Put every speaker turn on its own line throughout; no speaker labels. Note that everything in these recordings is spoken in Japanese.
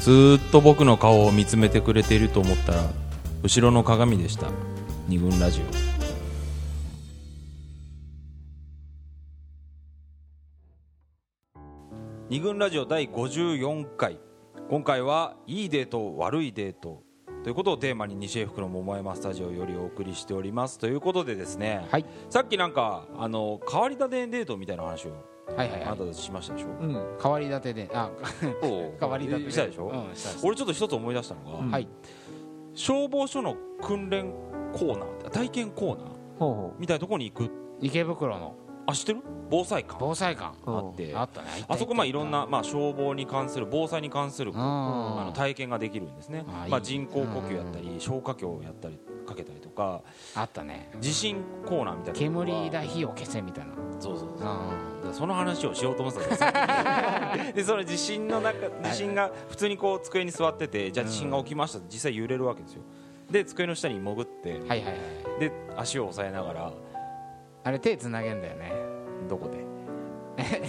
ずーっと僕の顔を見つめてくれていると思ったら後ろの鏡でした二軍ラジオ二軍ラジオ第54回今回はいいデート悪いデートということをテーマに西江福の桃山スタジオよりお送りしておりますということでですね、
はい
さっきなんかあの変わり種デートみたいな話を
はいは
あ
い
な
は
た
い
たちしましたでしょ、
うん変わり立てであ変わり立て
したでしょ
うんしたした
俺ちょっと一つ思い出したのが、
うんはい
消防署の訓練コーナー体験コーナーみたいなところに行く
池袋の
あ知ってる防災館
防災館
あって
あ
あ
ったね
そこまあいろんな、まあ、消防に関する防災に関する
うん
あの体験ができるんですね
あいいね
まあ、人工呼吸やったり消火器をやったりかけたりとか
あったね
地震コーナーみたいなところは
煙だ火を消せみたいな
そうそうそう
う
だか
ん
らその話をしようと思ってたんですよ でその地震の中地震が普通にこう机に座っててじゃあ地震が起きましたって実際揺れるわけですよで机の下に潜って
はいはいはい
で足を押さえながら
あれ手つなげんだよね
どこで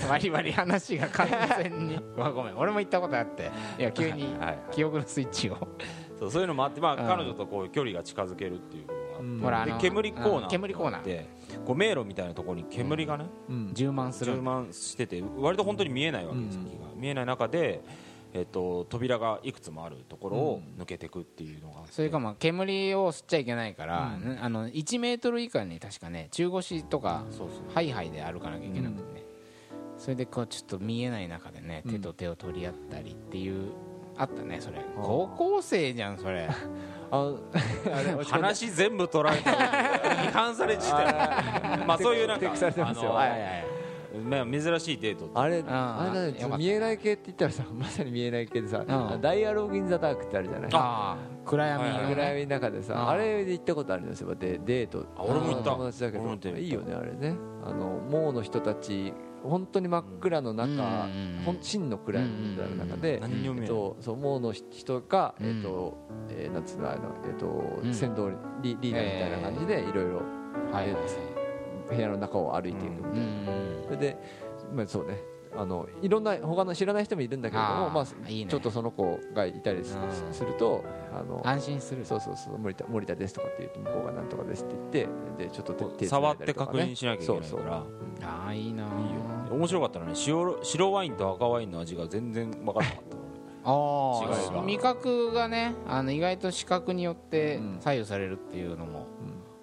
割り割り話が完全にうわごめん俺も行ったことあっていや急に
はいはい
記憶のスイッチを
そうそういうのもあって、まあ、
うん
彼女とこう距離が近づけるっていうのがあって、
ほらあ
で
の
煙コーナー
うん煙コーナー
でこう迷路みたいなところに煙がね、
充満する
充満してて割と本当に見えないわけです、
うん
木が見えない中で、えっと扉がいくつもあるところを抜けていくっていうのがあって
それかも煙を吸っちゃいけないから、ねあの1メートル以下に確かね中腰とか
そうそう
ハイハイで歩かなきゃいけなくてね、それでこうちょっと見えない中でね
うん
手と手を取り合ったりっていう、あったねそれ高校生じゃんそれ
ああ れ
話全部取られて批判されちゃってまあそういうなん
テ
か
クされてますよ
あの
はい
い
まあ珍しいデートって
あれ
あー
あれだ
よかった
ね見えない系って言ったらさ まさに見えない系でさ
うん
ダイアログインザダークってあるじゃない
ああ暗闇
はい
の、
はい
暗
ね、
闇の中で
あー
さあれで行ったことあるんですよデデート
あ俺も行った
友達だけ
俺も行った
ど
よ
いいよねあれねあのもうの人たち本当に真っ暗の
うんうん
中
うん
ほん真の暗闇みたいな中で
何にも見
え
えな
っ
い
とそうもうの人が
うん
えっとえーなんつうのあのえっ
うん
と先導リリーダーみたいな感じでいろいろ
はいはいはい
部屋の中を歩いていくみたいな
うんうん
それで、まあ、そうねあのいろんな他の知らない人もいるんだけれども
あー
まあ
いいね
ちょっとその子がいたりす
うん
するとあの
安心する
そうそうそう森田森田ですとかって言って向こうがなんとかですって言ってでちょっと手手繋
触っ
いだ
て
りとか
確
ね
認しなきゃいけない
そ
か
うそう
ら
ああいいなあ
面白かったのね白白ワインと赤ワインの味が全然分からなかった
あ
違いが
あ味覚がねあの意外と視覚によって
うん
左右されるっていうのも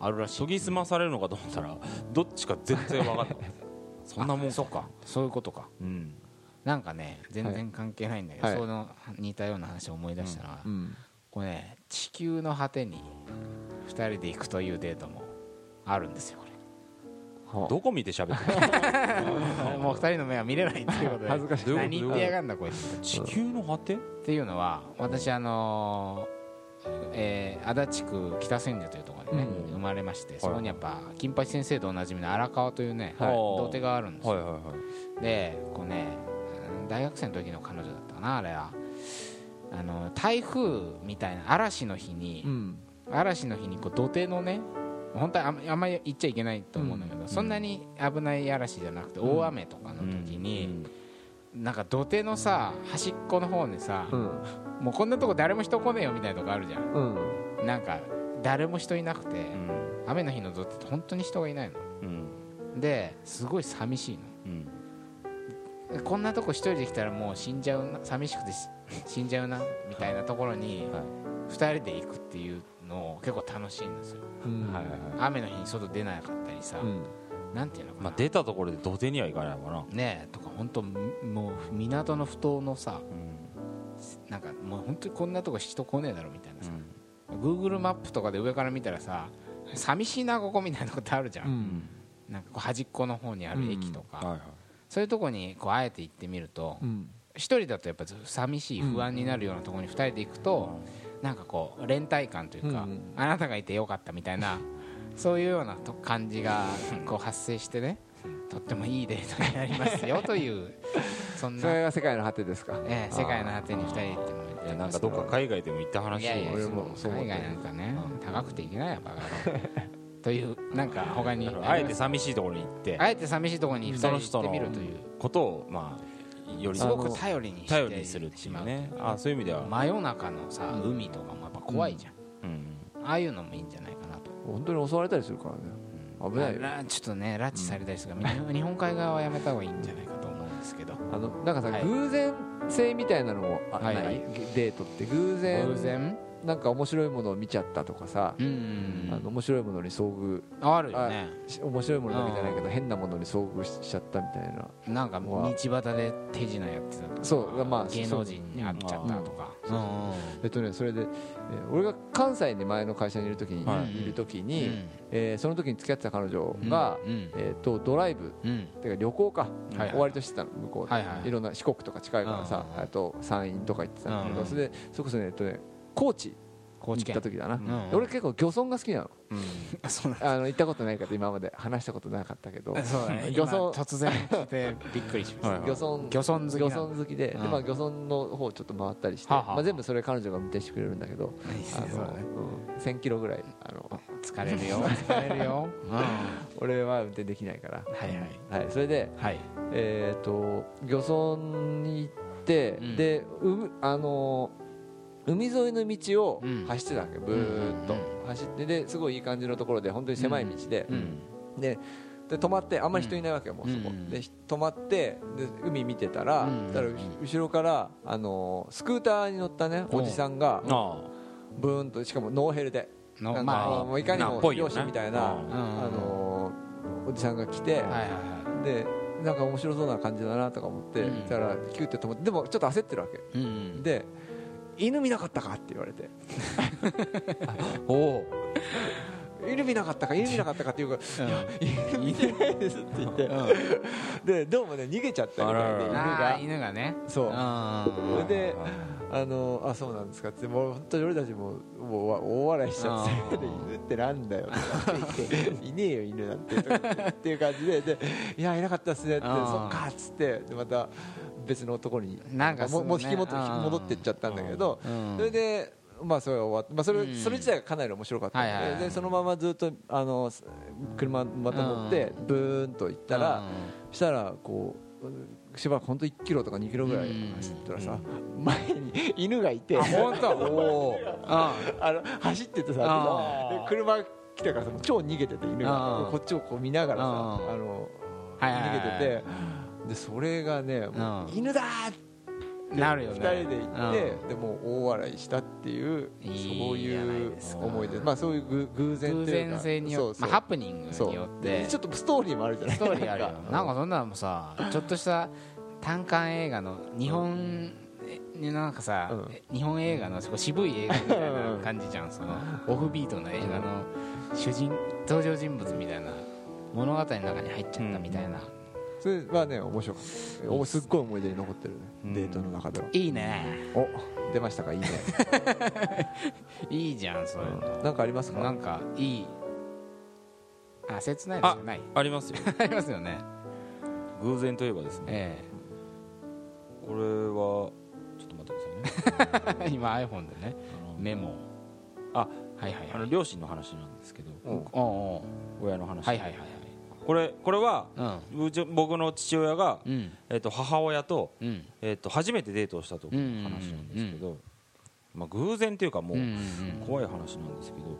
あるらしい、
研ぎ澄まされるのかと思ったらどっちか全然分かんないそんなもん
あそっかそういうことか
うん
なんかね全然関係ないんだけど、
はい
その似たような話を思い出したら、
うん
これね地球の果てに2人で行くというデートもあるんですよこ
はあ
どこ見て喋ってる
れもう2人の目は見れないっていうことで
恥ずかし い
何言ってやがんだこいつ
地球の果て
っていうのは私あのーえー足立区北千住というところでね、
うん
生まれましてそこにやっぱ金八先生とおなじみの荒川というね、
はい
土手があるんですよ、
はいは
でこうねうん大学生の時の彼女だったかなあれはあの台風みたいな嵐の日に
う、ん
嵐の日にこう土手のね本当はあんあんまり行っちゃいけないと思うんだけど、そんなに危ない嵐じゃなくて大雨とかの時に、なんか土手のさ端っこの方にさ、
うん
もうこんなとこ誰も人来ねえよみたいなとこあるじゃ
うん
んなんか誰も人いなくて、
うん
雨の日の土手って本当に人がいないの
うん
ですごい寂しい
うん
のこんなとこ一人で来たらもう死んじゃうな寂し くてし死んじゃうなみたいなところに
はい
二人で行くっていうのを結構楽しいんですよ
うん
はいはいは
雨の日に外出なかったりさ、
うん
なんていうのか
い
な、
まあ出たところで土手には行かないのかな
ねえとか本当もう港の不当のさなんかもう本当にこんなとこ人来ねえだろみたいなさ、Google マップとかで上から見たらさ寂しいなここみたいなことあるじゃん、
うん
なんかこう端っこの方にある駅とか、
はいはい
そういうとこにこうあえて行ってみると
うん
一、人だとやっぱ寂しい不安になるようなところに二人で行くと、なんかこう連帯感というか、
うん
あなたがいてよかったみたいなそういうようなと感じがこう発生してねとってもいいデートになりますよというそん
そ
な、
れが世界の果てですか
ええ世界の果てに二人で行ってもらいた
いやなんかどっか海外でも行った話
いやいや
俺もそう思っ
海
てる
外なんかね高くていけないやバカ野郎というなんか他に
あえて寂しいところに行って
あえて寂しいところに2
その
人
人
行って
の
みるという
ことをまあより
すごく頼りにして
頼りにするって
し
い
ま
う
う、
ねあそういう意味では、
真夜中のさ海とかもやっぱ怖いじゃん、
うん
ああいうのもいいんじゃないかなと
本当に襲われたりするからね危ないよ
まあらちょっとね拉致されたりするから、日本日本海側はやめた方がいいんじゃないかと思うんですけど
あのなんかさ、
はい
偶然性みたいなのもあ
はいはい
ないデートって偶然
偶然
なんか面白いものを見ちゃったとかさ、
うん
あの面白いものに遭遇
あるよね
し面白いものだけじゃないけど変なものに遭遇しちゃったみたいな
なんかもう道端で手品やってたとか
そうまあ
芸能人に会っちゃったとかうんうん
えっとねそれで、えー俺が関西に前の会社にいる時に、
はい
い、る時に、
うん
えーその時に付き合ってた彼女
うん
が、
うん
えー、とドライブ
うん
てか旅行か、
いはい
終わりとしてたの向こうで、
はいいはい
ろんな四国とか近いからさ、
うん
あと山陰とか行ってたんだけど、
うん
それでそれこそね,、えっと、ね高知
高
に
知
行っ
県
た時だな、
ん
で俺結構漁村が好きなの
うん
あ そうなん
あの行ったことないから今まで話したことなかったけ ど
だそうだね
漁
今
村
突然聞いてびっくりしまし
はい
た
はい
漁村
漁村好き
漁
なの
村好きで,、
うん
でまあ、漁村の方ちょっと回ったりして、
はあはあ
まあ、全部それ彼女が運転してくれるんだけど
いいっす
あ
ねそう
の
だね
うん1000キロぐらいあの
疲れるよ 疲れるようんは
俺は運転できないから、
いはい
はい、それで、
はい
えー、と漁村に行って、
うん
でうあのー海沿いの道を
うん
走ってたわけ、ブーっと
うんうん
走ってですごいいい感じのところで本当に狭い道で、
うん
でで止まってあんまり人いないわけよ、もうそ
う
こ、
ん
でひ止まってで海見てたら,、
うん
たらう後ろから、あのースクーターに乗ったねおじさんが
あ
ブーンとしかもノーヘルで
の
なんか
まあいい
もういかに
な
も
っぽいよ
漁
ね
師みたいな、
うん
あのーおじさんが来て、
うんはいはいは
でなんか面白そうな感じだなとか思って、
うん
だからキュッて止まってでもちょっと焦ってるわけ、
いうん
で犬見なかったかって言われておお犬見なかったか犬見なかったかって言うからいや犬見てないですって言ってでどうもね逃げちゃったみたいで犬
あ
が
ー犬がね
そ
うん
うそれであのあそうなんですかってもう本当に俺たちももうわ大笑いしちゃって
あー
で犬って なんだよとかって言っていねえよ犬なんてとかっていう感じででいやいなかったっすねってそ
あー
っかっつってでまた別の男に
なんか
も
そのね
もう引き戻
あー
戻ってっちゃったんだけど
うん
それで。まあそれは終わって、まあ、それ
うん
それ自体がかなり面白かったので,、
はいはいはい
でそのままずっとあのす車また乗ってブーンと行ったら、したらこうしばらく本当1キロとか2キロぐらい走ったらさ、前に犬がいて
あ本当
お
あ
あの走っててさ
あー
で車来たからさもう超逃げてて犬
あ
が
ー
こっちをこう見ながらさ
あー
あの
はいはいはい
逃げててでそれがねもう
うん
犬だーって
なるよ
2
ね
人で行ってでもう大笑いしたっていうそう
いい
い
じゃないうですか
思い出まあそういうぐ偶
う
然
ん偶
というか
然性によってまあハプニング
そう
によって
ちょっとストーリーもあるじゃない
ストーリーあるよ
なんか
なんかそんなのもさちょっとした単館映画の日本えなんかさ、
うん
え日本映画の渋い映画みたいな感じじゃんそのオフビートな映画の主人登場人物みたいな物語の中に入っちゃったみたいな、
それはね面白かったおすっごい思い出に残ってるね、
うん
デートの中ではい
いね
お出ましたかいい ね、
いいじゃんそういうの、
なんかあります
な
か
んかいいあ切ないですよない
ありますよ
ありますよね
偶然といえばですね
え
これはちょっと待ってくださいね
え 今 iPhone でねメモを
あ
はいはい
あ
は
の
い
両親の話なんですけど
う
お
ん
うおう
親の話、
はいはいはい
これこれは
は
うち僕の父親が、
いうんうん
えっと母親と,、
うん
えっと初めてデートをしたと
うん
話なんですけど、まあ、偶然というかもう
うんうんうん
怖い話なんですけど、
うん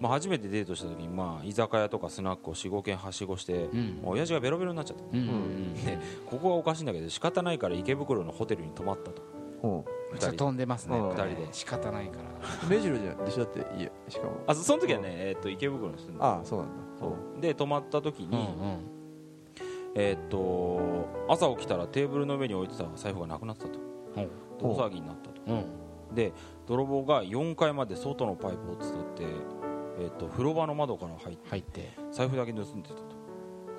まあ、初めてデートした時に、まあ、居酒屋とかスナックを45軒はしごして、
うん
もう親父がベロベロになっ ちゃって
うんうん
でここはおかしいんだけど仕方ないから池袋のホテルに泊まったと
うん
うん、ちょっと飛んでますね、
う
こ
ん
れ
二人で
仕方ないから
目白じゃでしょだって家しかも
あそその時はね、えっと池袋に住んで
ああそうなんだそう
で泊まった時に、
うん
えっと朝起きたらテーブルの上に置いてた財布がなくなってたと
うん
で大騒ぎになったと
うん
で泥棒が4階まで外のパイプを伝って、えっと風呂場の窓から入って
入って
財布だけ盗んでたと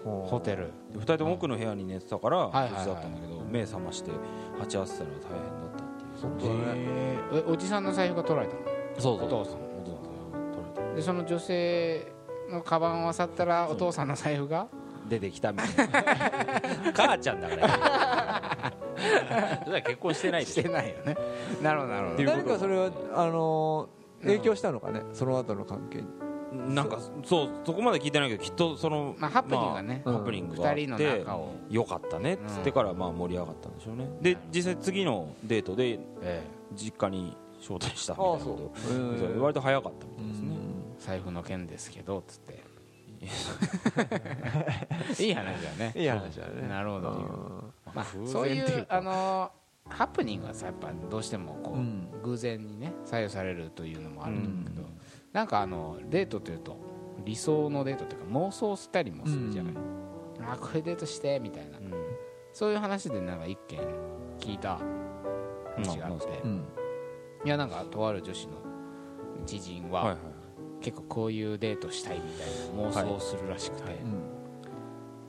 ホテル
で2人とも奥の部屋に寝てたから
はいはい
無
はい
事だったんだけど目覚まして鉢合わせたら大変だったっていう
本
へ
当だね
えおじさんの財布が取られたの
そう
お
お
父
父
さん
さん取られ
でその女性のカバンを漁ったらお父さんの財布が
て出てきたみたいな母ちゃんだからね それは結婚してないで
し
してょ
ないよねなるほどなるほ
っていう
ど
こと
誰かそれはあのー影響したのかねその後の関係に
なんかそうそこまで聞いてないけどきっとその、
まあハプニングがね
まあハプニングがあっ
2人の
て
仲を、
よかったねっつってからまあ盛り上がったんでしょうねで実際次のデートで
え
実家に招待したみたいな
あ
こ
そ
と
ううん
そう割と早かったみたいですね
え財布の件ですけどっつっていい話だね
いい話だね
なるほど
うん
まあ、
偶然
そうい
っていううか
あのハプニングはさやっぱどうしてもこう、
うん
偶然にね左右されるというのもあると思うけど、
うん
なんかあのデートというと理想のデートというか妄想したりもするじゃない、あこれデートしてみたいな
うん
そういう話でなんか一件聞いた話があって、
うん
いやなんかとある女子の知人は、
はいはい
結構こういうデートしたいみたいな妄想をするらしくて、
うん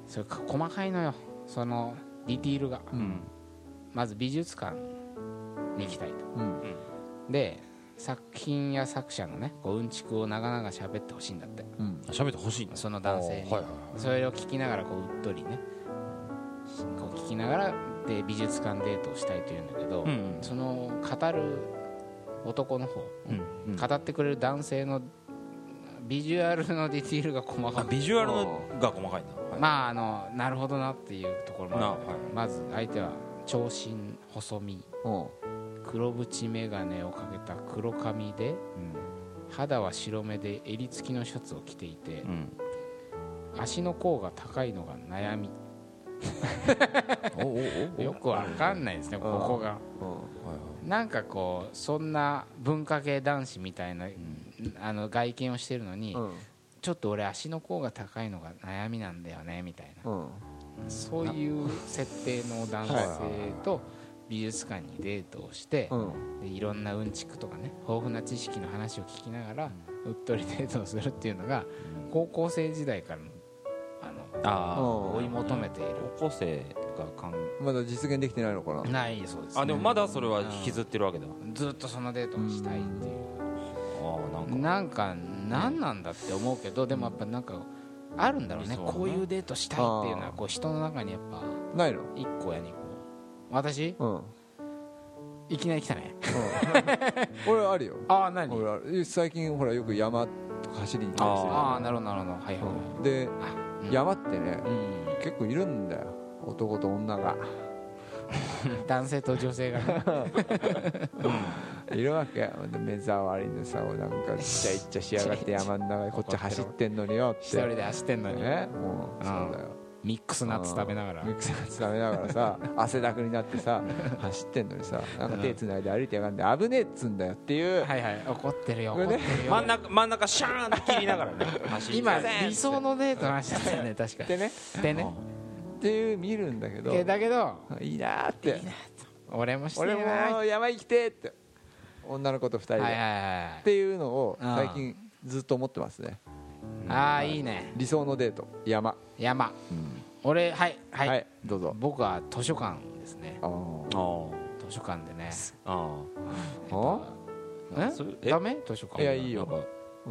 それか細かいのよそのディティールが、
うん
まず美術館に行きたいと。
うん
で作品や作者のねこううんちくを長々喋ってほしいんだって
うん
喋ってほしいんです
その男性に、
はいはい
それを聞きながらこううっとりねこう聞きながらで美術館デートをしたいというんだけど、
うんうん
その語る男の方、
うん
語ってくれる男性のビジュアルのディティールが細か
あ
く
ビジュアルのが細かいなはい
まああのなるほどなっていうところもあるんだけど
なはい
まず相手は長身細身
お
黒縁眼鏡をかけた黒髪で肌は白目で襟付きのシャツを着ていて
う、ん
足の甲が高いのが悩み
おおおお
よくわかんないですね、ここが
はい
なんかこうそんな文化系男子みたいな、
ん
あの外見をしてるのに、
うん
ちょっと俺足の甲が高いのが悩みなんだよねみたいな、
うん
そういう設定の男性と美術館にデートをして、
うん
でいろんなうんちくとかね豊富な知識の話を聞きながら、うっとりデートをするっていうのが高校生時代からのあの
はいああ
うん
追い求めている、
高校生が考え
まだ実現できてないのかな
ないそうです、ね、
あでもまだそれは引きずってるわけだ
ずっとそのデートをしたいっていう
ああなんか
なんか何なんだって思うけどでもやっぱなんかあるんだろうね
理想はね
こういうデートしたいっていうのはこう人の中にやっぱ
ないの
1個や2個私
うん うん
いきなり来たね
俺あるよ
ああ何
俺ある最近ほらよく山とか走りに行ったりしてる
ああなるほどなるほどはいはいはい
うんで
あうん
山ってね
う
結構いるんだよ男と女が
ん男性と女性がね
いるわけで目障りのさなんかイチャイチャしやがって山の中でこっち走ってんのによって
一人で走ってんのに
ねもう
うん
そうだよ
ミックスナッツ食べながら
ミックスナッツ食べながらさ汗だくになってさ走ってんのにさなんか手つないで歩いてやがんで危ねえっつうんだよっていう
はいはい怒ってるよ
これ
怒
ね
ってる
真
よ
ん中真ん中シャーンって切りながらね 走りす
今
いません
理想のデートの話だったよね確か
でね
にでね
っていう見るんだけど
でだけど
いいなーって
俺もして
俺
えな
も山行きてーって女の子と二人で
はいはい
っ
はい
ていうのを
ああ
最近ずっと思ってますね
ああいいね
理想のデート山
山俺はいは、
はいいどうぞ
僕は図書館ですね
あー
あ
図書館でね
あ
あ
え
それえ
ダメ図書館
いやいいよ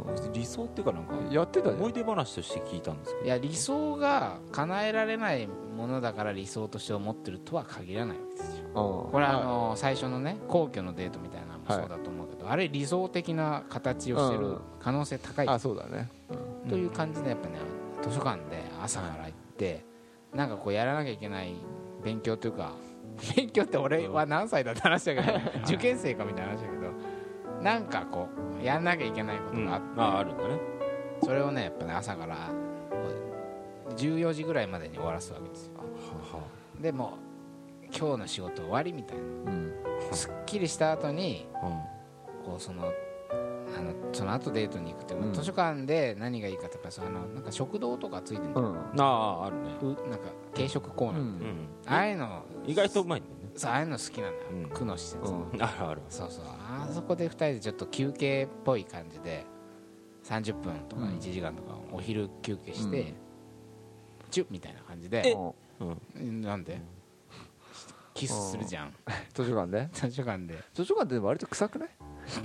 なんか理想っていうかなんか
やってたじゃん
思い出話として聞いたんですけど
いや理想が叶えられないものだから理想として思ってるとは限らないわけですよ
こ
これはあの最初のね皇居のデートみたいなのもそうだと思うけど、あれ理想的な形をして
う
る
ん
可能性高い
あそうだね
という感じでやっぱね図書館で朝から行ってなんかこうやらなきゃいけない勉強というか 勉強って俺は何歳だって話だけ ど受験生かみたいな話だけどなんかこうやんなきゃいけないこと
うん
があ
あ
って、
ああるんだね
それをねやっぱね朝からこう14時ぐらいまでに終わらすわけですよでもう今日の仕事終わりみたいな
うん
すっきりした後に
うん
こうそのあのその後デートに行くって、
うん
図書館で何がいいかってやっぱそのあのなんか食堂とかついてるんだ
う
よ
ん
あああるね
うなんか軽食コーナー、
うん
うん
ああいうの
意外とうまいんだよね
そうああいうの好きなんだよ、
うん
区の施設、
うん
あるある
そうそうあそこで2人でちょっと休憩っぽい感じで30分とか
うん
1時間とかお昼休憩して、
うん
チュッみたいな感じ
え
で
うん
なんでキスするじゃん
図書館で
図書館で
図書館って割と臭くない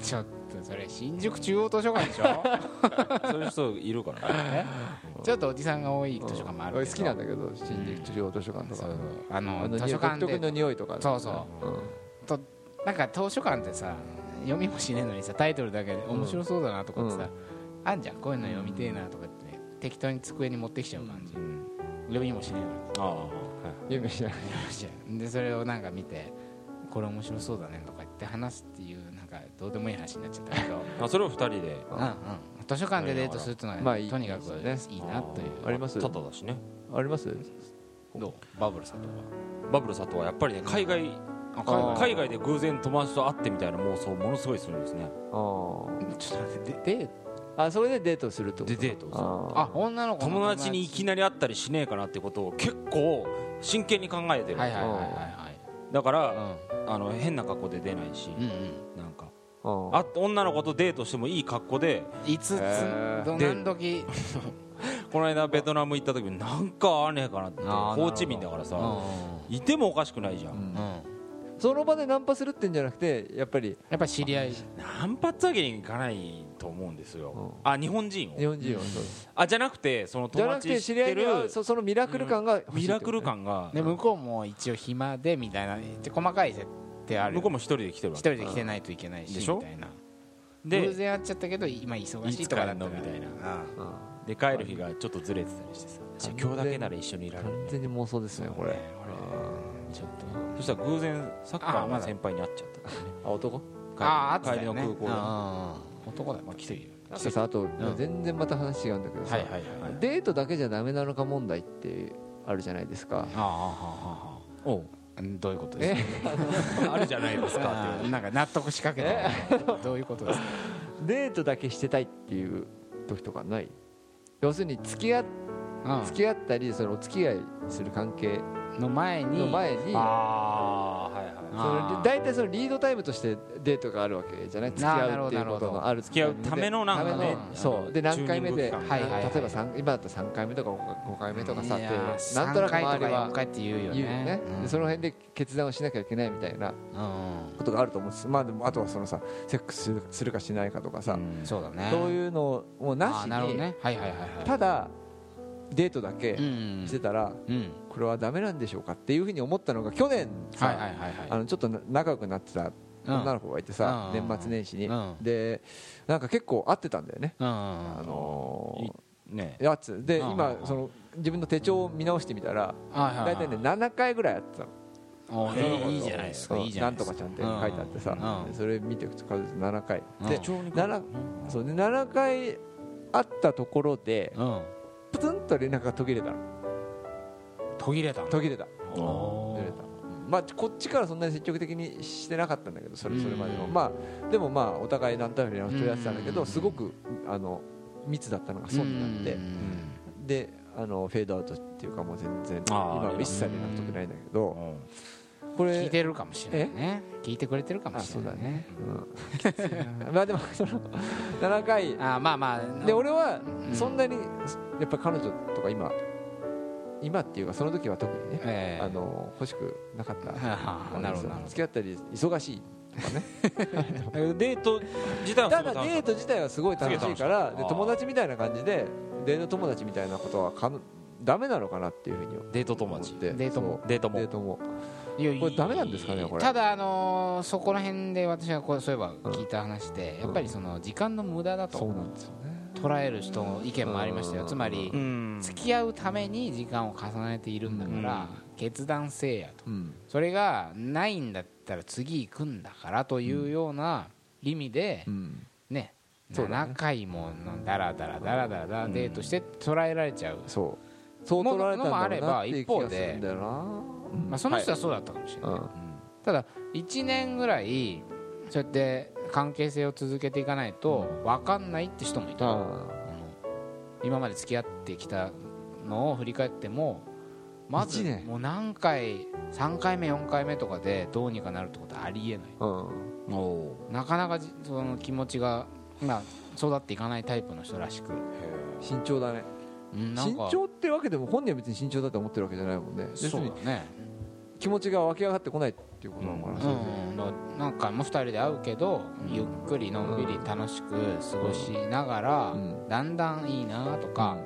ちょっとそれ新宿中央図書館でしょ
そういう人いるからね
ちょっとおじさんが多い図書館もあるけど
俺好きなんだけど新
うん
宿中央図書館と
そ
か
うあの
あの
図書館
独特の
で
匂いとか
そうそうなんか図書館ってさ読みもしねえのにさタイトルだけで面白そうだなとかってさ、あんじゃんこういうの読みてえなとかってね適当に机に持ってきちゃう感じ、読みもしないから
ああ、はい
夢知らない
読みもしないでそれをなんか見てこれ面白そうだねとか言って話すっていうなんかど うでもいい話になっちゃったけど
まあ、それを2人で
うんうん図書館でデートするっていうのは、
まあいい
とにかく
で
いいなという
あります
ただだしね
あります
どうバブルさんと
バブル佐藤はやっぱりね海外
か
海外で偶然友達と会ってみたいな妄想をものすごいするんですね
あー
ちょっと待ってでデート
あそれでデートするってこと
でデートをする
あ
あ女の子の
友達にいきなり会ったりしねえかなってことを結構真剣に考えてる、
はいはいはいはい
だから、
は
あの変な格好で出ないし、
いうんうん
なんか
あー
あ女の子とデートしてもいい格好で
うんいつつ
へー
ど何時
この間ベトナム行った時もなんか会わねえかなって
あーなるほ
ホ
ど
ーチミンだから
うん
さいてもおかしくないじゃん、
うん
うん
その場でナンパするってんじゃなくてやっぱり
やっぱ知り合い
何発上げに行かないと思うんですよ、あ日本人
日
を
本人はそう
あじゃなくてその
じゃ
友
なく
達
て
知
知
っ
り合
て
いには
る
そそのミラクル感が欲しい
ミ
って
ラ
こ
ク
とね
ル感が
で向こうも一応暇でみたいなで細かい設定あるよ
向こうも一人で来てる
一
わ
人
け
で来てないといけないし
でしょ
みたいな偶
で
然会っちゃったけど今忙しいとかだったら
いつ帰んのみたいな
うん
あ
で帰る日がちょっとずれてたりしてさじゃあ今日だけなら一緒にいら
ー
れる
完
ね
全に妄想ですねこれ
ちょっと
そしたら偶然サッカー
あま
の
だ
先輩に会っちゃったんだよね
あ男
帰り
ああ会ってたよね
帰りの空港
うん男だ
でまあ来てるよ
なんかさあと
ん
全然また話違うんだけどさ
はいはいはい
はい
デートだけじゃダメなのか問題ってあるじゃないですか
あああああ
おう
ああどういうことですか
あるじゃないですか
あーなんか納得しかけたどういうことですか
デートだけしてたいっていう時とかない要するに付き合
うん
付き合ったりそのお付き合いする関係
の前に
の前に
ああはいはい
その
あー
大体そのリードタイムとしてデートがあるわけじゃない付き
なる
合
ほ
うっ
ど
ていうことのある
付き合うためのなんか
ため
ね
のそうで何回目で
チューニング期間
はいはいはい
例えば三今だったら3回目とか5回目とかさっ
い
て
やー
なんとな
三
く
回
周
と
り
か
は
四回って言うよね
言うよね
う
で
ん
その辺で決断をしなきゃいけないみたいな
うん
ことがあると思うんですまあでもあとはそのさセックスするかしないかとかさ
うん
そうだね
そういうのもな
あ
し
ーなるほど
に
ねはいはいはいはい
ただデートだけ
うん
してたら
うんうん
これはダメなんでしょうかっていうふうに思ったのが去年さ
はいはいはいはい
あのちょっとな仲良くなってた女の子がいてさ、
うん
年末年始に、
うん
でなんか結構会ってたんだよね、
うん
あのー
ね
やつで、
うん
今
うん
その自分の手帳を見直してみたら、
はいはいはい
大体ね7回ぐらい会ってたの
お
なる
ー
ほど
いいいいじゃないですか
そう
いいじゃない
ん
で
と
す
か
か
ちゃんって書いてあってさ、
うんうん
それ見ていくと数えて7回、
うん
で
手
帳に書く
7そうで7回会ったところで
うん
プツンと連絡が途切れたの
途切れたの
途切れた
お
途切れ
ー
た、うんまあ、こっちからそんなに積極的にしてなかったんだけどそれそれまでも、
うん
まあ、でもまあお互い何となく連絡取り合ってたんだけど、
うん
すごくあの密だったのが損になって、
うん
であのフェードアウトっていうかもう全然今
あー
は一切連絡取ってないんだけど
うん
これ
聞いてるかもしれないね聞いてくれてるかもしれないね
うんまあでもその7回
あーまあまあ
で俺は
うん
そんなにやっぱ彼女とか今今っていうかその時は特にね
ええ
あの欲しくなかった
あーなるほどなるほ
付き合ったり忙しい
えデート自体は
た
すご
だ
い
デ
楽しかっ
ー
た
ト自体はすごい楽しいか
す
ら
げえ楽しかった
で友達みたいな感じでデート友達みたいなことはかのダメなのかなっていうふうに思って
デート友達デ
デートも
そう
ートも
デートも
どいや
これ
いい
ダメなんですかねこれ
ただあのーそこら辺で私がこうそういえば聞いた話で、やっぱりその時間の無駄だ
そう
と
なんですよね
捉える人の意見もありました
う
よ
ん
つまり
うん
付き合うために時間を重ねているんだから決断せえやと
うん
それがないんだったら次行くんだからというような意味で
うん
ね
そうだね
7回ものダラダラダラダラダラデートして捉えられちゃう、
そうそう取られたんだろうなっていう気がするんだよなうん
まあ、その人はそうだったかもしれない、
うん
ただ1年ぐらいそうやって関係性を続けていかないと分かんないって人もいた、あ
あ
の今まで付き合ってきたのを振り返ってもまず
一年
もう何回3回目4回目とかでどうにかなるってことはありえない
あう
お
ん
お
なかなかじその気持ちが、まあ、育っていかないタイプの人らしく、
慎重だね
うん、なん
慎
か
重ってわけでも本人は別に慎重だと思ってるわけじゃないもんね別
そう
に
だね
気持ちが湧き上がってこないっていうことなのかな
う
それで
ん、だから何回も2人で会うけどゆっくりのんびり楽しく過ごしながら、
うん
だんだんいいなとか、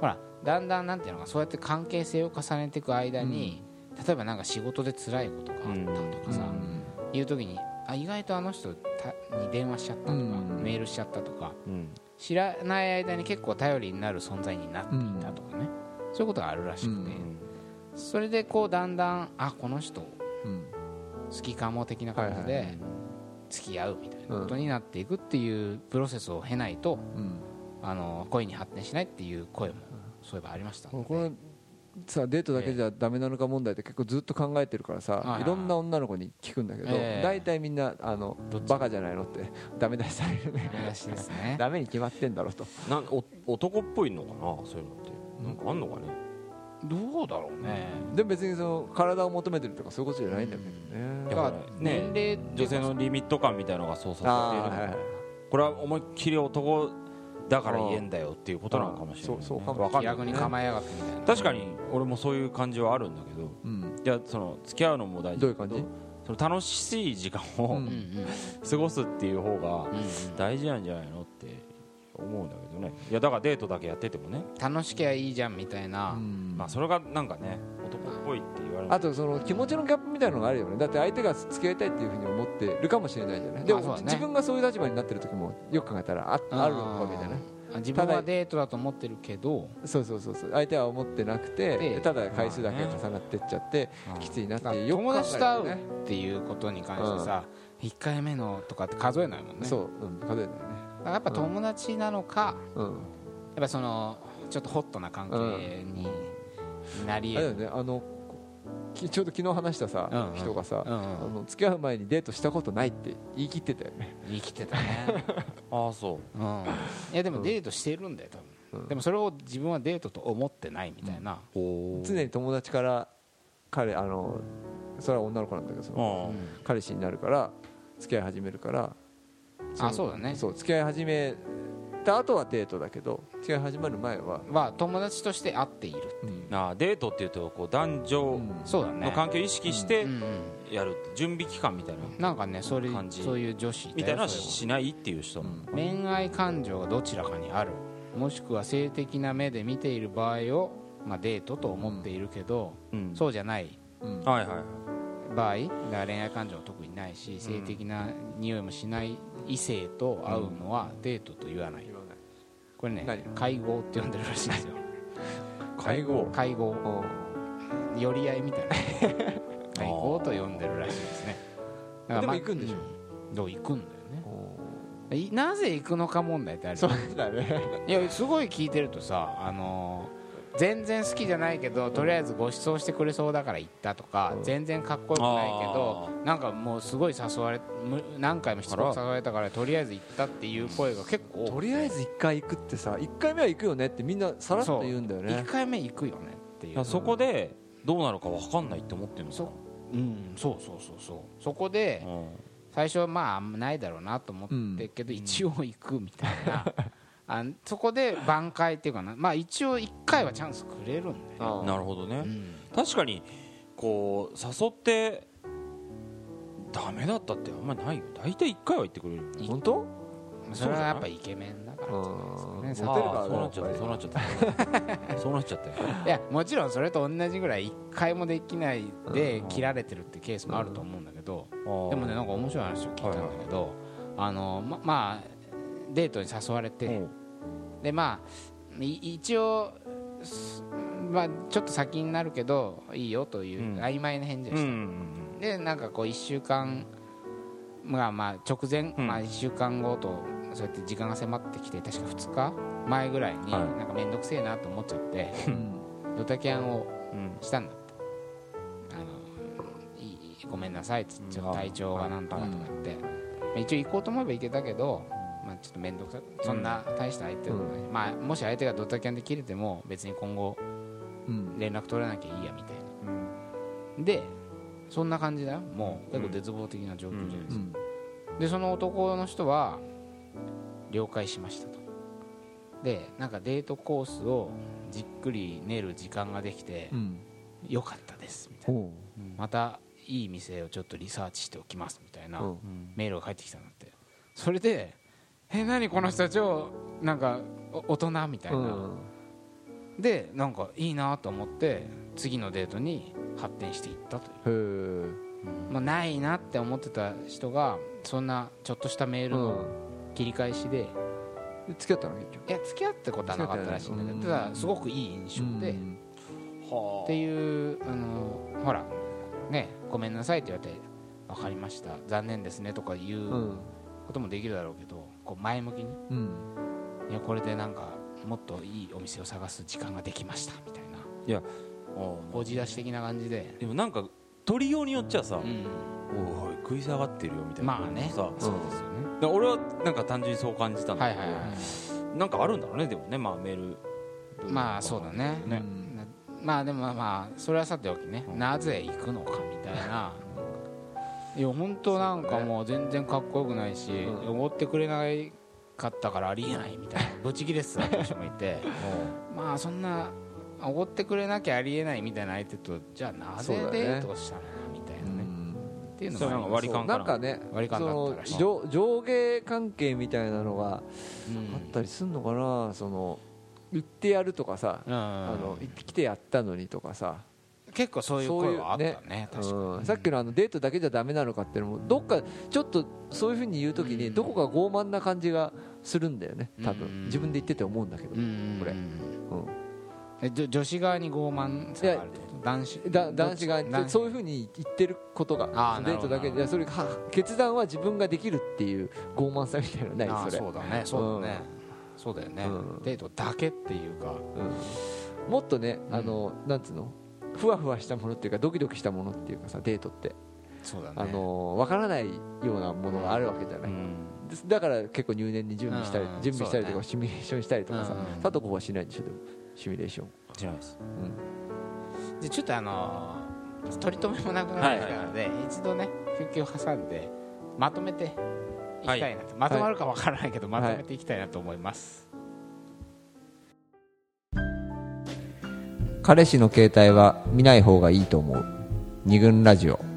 ほらだんだんなんていうのかそうやって関係性を重ねていく間に、例えばなんか仕事で辛いことがあったとかさ、
うん
いう時にあ意外とあの人たに電話しちゃったとか、
うん
メールしちゃったとか
うん
知らない間に結構頼りになる存在になっていたとかね、そういうことがあるらしくて、
うん
それでこうだんだんあこの人
うん
好きかも的な感じ
はい
で付き合うみたいなことになっていくっていうプロセスを経ないと、
うん
あの恋に発展しないっていう声もそういえばありましたの
こ
で
のさデートだけじゃダメなのか問題って結構ずっと考えてるから
いはい
さ
はい
いろんな女の子に聞くんだけど
ええ
大体みんなあの
どっち
バカじゃないのって ダメ出しされ るね
話ですね
ダメに決まってんだろうと
なんお男っぽいのかなそういうのってなんかあんのかね
どうだろうね
でも別にその体を求めてるとかそういうことじゃないんだけど
い
ね
や
だから
これね
年齢
女性のリミット感みたいなのが操作されている
ああはいはい
これは思いっきり男だから言えんだよっていうことなのかもしれない、ね、
ああそうそうかも
わかんない
逆に構えやがってみたいな
確かに俺もそういう感じはあるんだけど
うん
いやその付き合うのも大事
どういう感じ
その楽しい時間を、
う
うん
んうん
過ごすっていう方が
うん
大事なんじゃないのって思うんだけどねいやだからデートだけやっててもね、
楽しきゃいいじゃんみたいな、
うん
まあそれがなんかね男っぽいって言われる
あとその気持ちのギャップみたいなのがあるよねだって相手が付き合いたいっていうふうに思ってるかもしれないじゃないで
まあ
も
そうだね
自分がそういう立場になってる時もよく考えたらああるのかみたいな
あ自分はデートだと思ってるけど
そうそうそうそう相手は思ってなく
で
てただ回数だけ
まあね
重なってっちゃって
うん
きついなって
あ
よく考
友
え
達と会
る
う
よね
っていうことに関してさ、1回目のとかって数えないもんね
そう、うん、数えない
だ
ね
からやっぱ友達なのか、
うん
やっぱそのちょっとホットな関係になり
あれだ
得
よ
る、
ねあのこきちょうど昨日話した
うん
さ
うん
人がさ
うん
あ
うん
の付き合う前にデートしたことないって言い切ってたよね
生きてた ね、
ああそ
うん、いやでもデートしてるんだよ多分、
うん
でもそれを自分はデートと思ってないみたいな、
うお
常に友達から彼あのそれは女の子なんだけどその
あ
うん
彼氏になるから付き合い始めるから
あ
の
そうだね
そう付き合い始めた後はデートだけど付き合い始まる前は
は友達として会っている、
あなあデートっていうとこう男女
そうだね
の環境を意識して
うんうん
やるって準備期間みたいな
なんかねそれ
感じ
そういう女子
みたいなのは
そうう
しないっていう人なのかな
恋愛感情がどちらかにあるもしくは性的な目で見ている場合を、まあ、デートと思っているけど、
うん
そうじゃない
うん
はいはい
場合だから恋愛感情は特にないし性的な匂いもしない異性と会うのはデートと言わない、
言わない
これね
何
会合って呼んでるらしいんですよ
会合
会合
お
寄り合いみ たいな会合と呼んでるらしいですねだから
でも行くんでしょ
うんどう行くんだよね
お
いなぜ行くのか問題ってある
そ
よ
う
ね
だね
いやすごい聞いてるとさあのー全然好きじゃないけどとりあえずご馳走してくれそうだから行ったとか、
うん
全然かっこよくないけどなんかもうすごい誘われむ何回もしつこく誘われたからとりあえず行ったっていう声が結構多くて
とりあえず1回行くってさ1回目は行くよねってみんなさらっと言うんだよ
1
ね
回目行くよねってい
いうやそこでどうなるか分かんないって思ってるのか
そうんそうそうそうそうそこで
なうん
最初はまああんまないだろうなと思ってるけど、一応行くみたい なあそこで挽回っていうかなまあ一応1回はチャンスくれるんだよ、
ああ
なるほどね
うん
確かにこう誘ってダメだったってあんまりないよ大体1回は言ってくれるよね
本当
それはやっぱイケメンだか
うんモ
ら
テ
あ
じゃないで
る
すかね
か
あそうなっちゃったそうなっちゃったそうなっちゃったよ
いやもちろんそれと同じぐらい一回もできないで
うん
切られてるってケースもあると思うんだけど
でも
でもねなんか面白い話を聞いたんだけどあのままあデートに誘われてでまあい一応すまあちょっと先になるけどいいよという
うん
曖昧な返事を
う
し
ん
たでなんかこう1週間まあまあ直前
うん
まあ1週間後とそうやって時間が迫ってきて確か2日前ぐらいに
はい
なんか面倒くせえなと思っちゃってドタキャンを
うん
したんだってあのいいごめんなさいっつってちょっと体調がなんとかとか言って、まあ一応行こうと思えば行けたけど、まあ、ちょっと面倒くさいそんな大した相手でもない、まあ、もし相手がドタキャンで切れても別に今後
うん
連絡取らなきゃいいやみたい
うん
なでそんな感じだよもう結構絶望的な状況じゃないで
う
すか、
ん
でその男の人は了解しましたとでなんかデートコースをじっくり練る時間ができて、
うん
よかったですみたいな
おう
またいい店をちょっとリサーチしておきますみたいな
うん
メールが返ってきたんだってそれで「え何この人たちをなんかお大人」みたいうな、
ん
でなんかいいなと思って次のデートに発展していったという
へえ
まあ、ないなって思ってた人がそんなちょっとしたメールの切り返しで、
で付き合ったの結局
いや付き合ったことはなかったらしいんだけど、
うん
ただすごくいい印象で、
うん
は
っていうあのほらねごめんなさいって言われて分かりました残念ですねとか言
う
うんこともできるだろうけどこう前向きに
うん
いやこれでなんかもっといいお店を探す時間ができましたみたいな
あ
こじ出し的な感じで、
でもなんか取りようによっちゃさ、
うん、
おいおい食い下がってるよみたいな
まあね
さ、
そうですよね、
で俺はなんか単純にそう感じたん
は
だ
い
けど、
はいはい
なんかあるんだろうねでもねまあメール
まあそうだね
ね
うん
なまあでもまあまあそれはさておきね、
うん
なぜ行くのかみたいないや本当なんかもう全然かっこよくないし
うん
おご、ってくれなかったからありえないみたいなブチギレっすな人もい てまあそんなおごってくれなきゃありえないみたいな相手とじゃあなぜ
そうだ
デ
ね
ートしたのみたいなねっていうの
それ
が
は
あ
な
り
んか
ま
割り勘
す
か
な
なん
かね
割り勘だったらしい
その上上下関係みたいなのが
うん
あったりすんのかなその言ってやるとかさ
うん
あの行ってきてやったのにとかさ
結構そういう声はあったね
そう
確かに、
うんさっきのあのデートだけじゃダメなのかっていうのもどっかちょっとそういうふうに言うとき
う
に
ん
どこか傲慢な感じがするんだよね多
うん
分自分で言ってて思うんだけど、
うん
これ
え女女子側に傲慢さがあるってこと男子
うんだ男子が
男
そういうふうに言ってることが
あー
そのデートだ
な
け
るほど
でいやそれは決断は自分ができるっていう傲慢さみたいなのない
あ
そ
あ
れ
そうだねそうだね、そうだよね、
うん
デートだけっていうか
うんもっとね
うん
あの、なんつうのふわふわしたものっていうかドキドキしたものっていうかさデートって、
そうだね
あのわからないようなものがあるわけじゃない、ですだから結構入念に準備したり
うん
準備したりと
そうだ
か
ね
シミュレーションしたりとかさ
うん
佐藤君はしないでしょでもシミュレーション
じゃないです
でちょっとあのー取り留めもなくなってきたので、一度ね休憩を挟んでまとめていきたいなと、まとまるかわからないけど、まとめていきたいなと思います、
彼氏の携帯は見ない方がいいと思う二軍ラジオ